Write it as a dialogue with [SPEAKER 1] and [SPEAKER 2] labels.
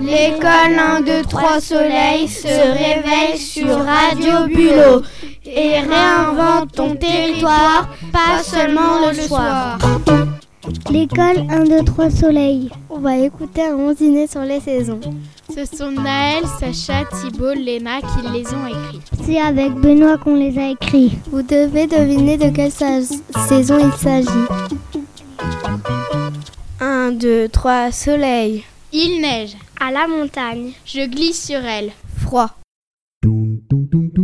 [SPEAKER 1] L'école 1, 2, 3 soleil se réveille sur Radio Bulot et réinvente ton territoire, pas seulement le soir.
[SPEAKER 2] L'école 1, 2, 3 soleil. On va écouter un onzinet sur les saisons.
[SPEAKER 3] Ce sont Naël, Sacha, Thibault, Léna qui les ont écrits.
[SPEAKER 2] C'est avec Benoît qu'on les a écrits. Vous devez deviner de quelle sa- saison il s'agit.
[SPEAKER 4] 1, 2, 3, soleil.
[SPEAKER 3] Il neige,
[SPEAKER 2] À la montagne.
[SPEAKER 3] je glisse sur elle.
[SPEAKER 4] Froid.
[SPEAKER 5] Dun, dun, dun, dun.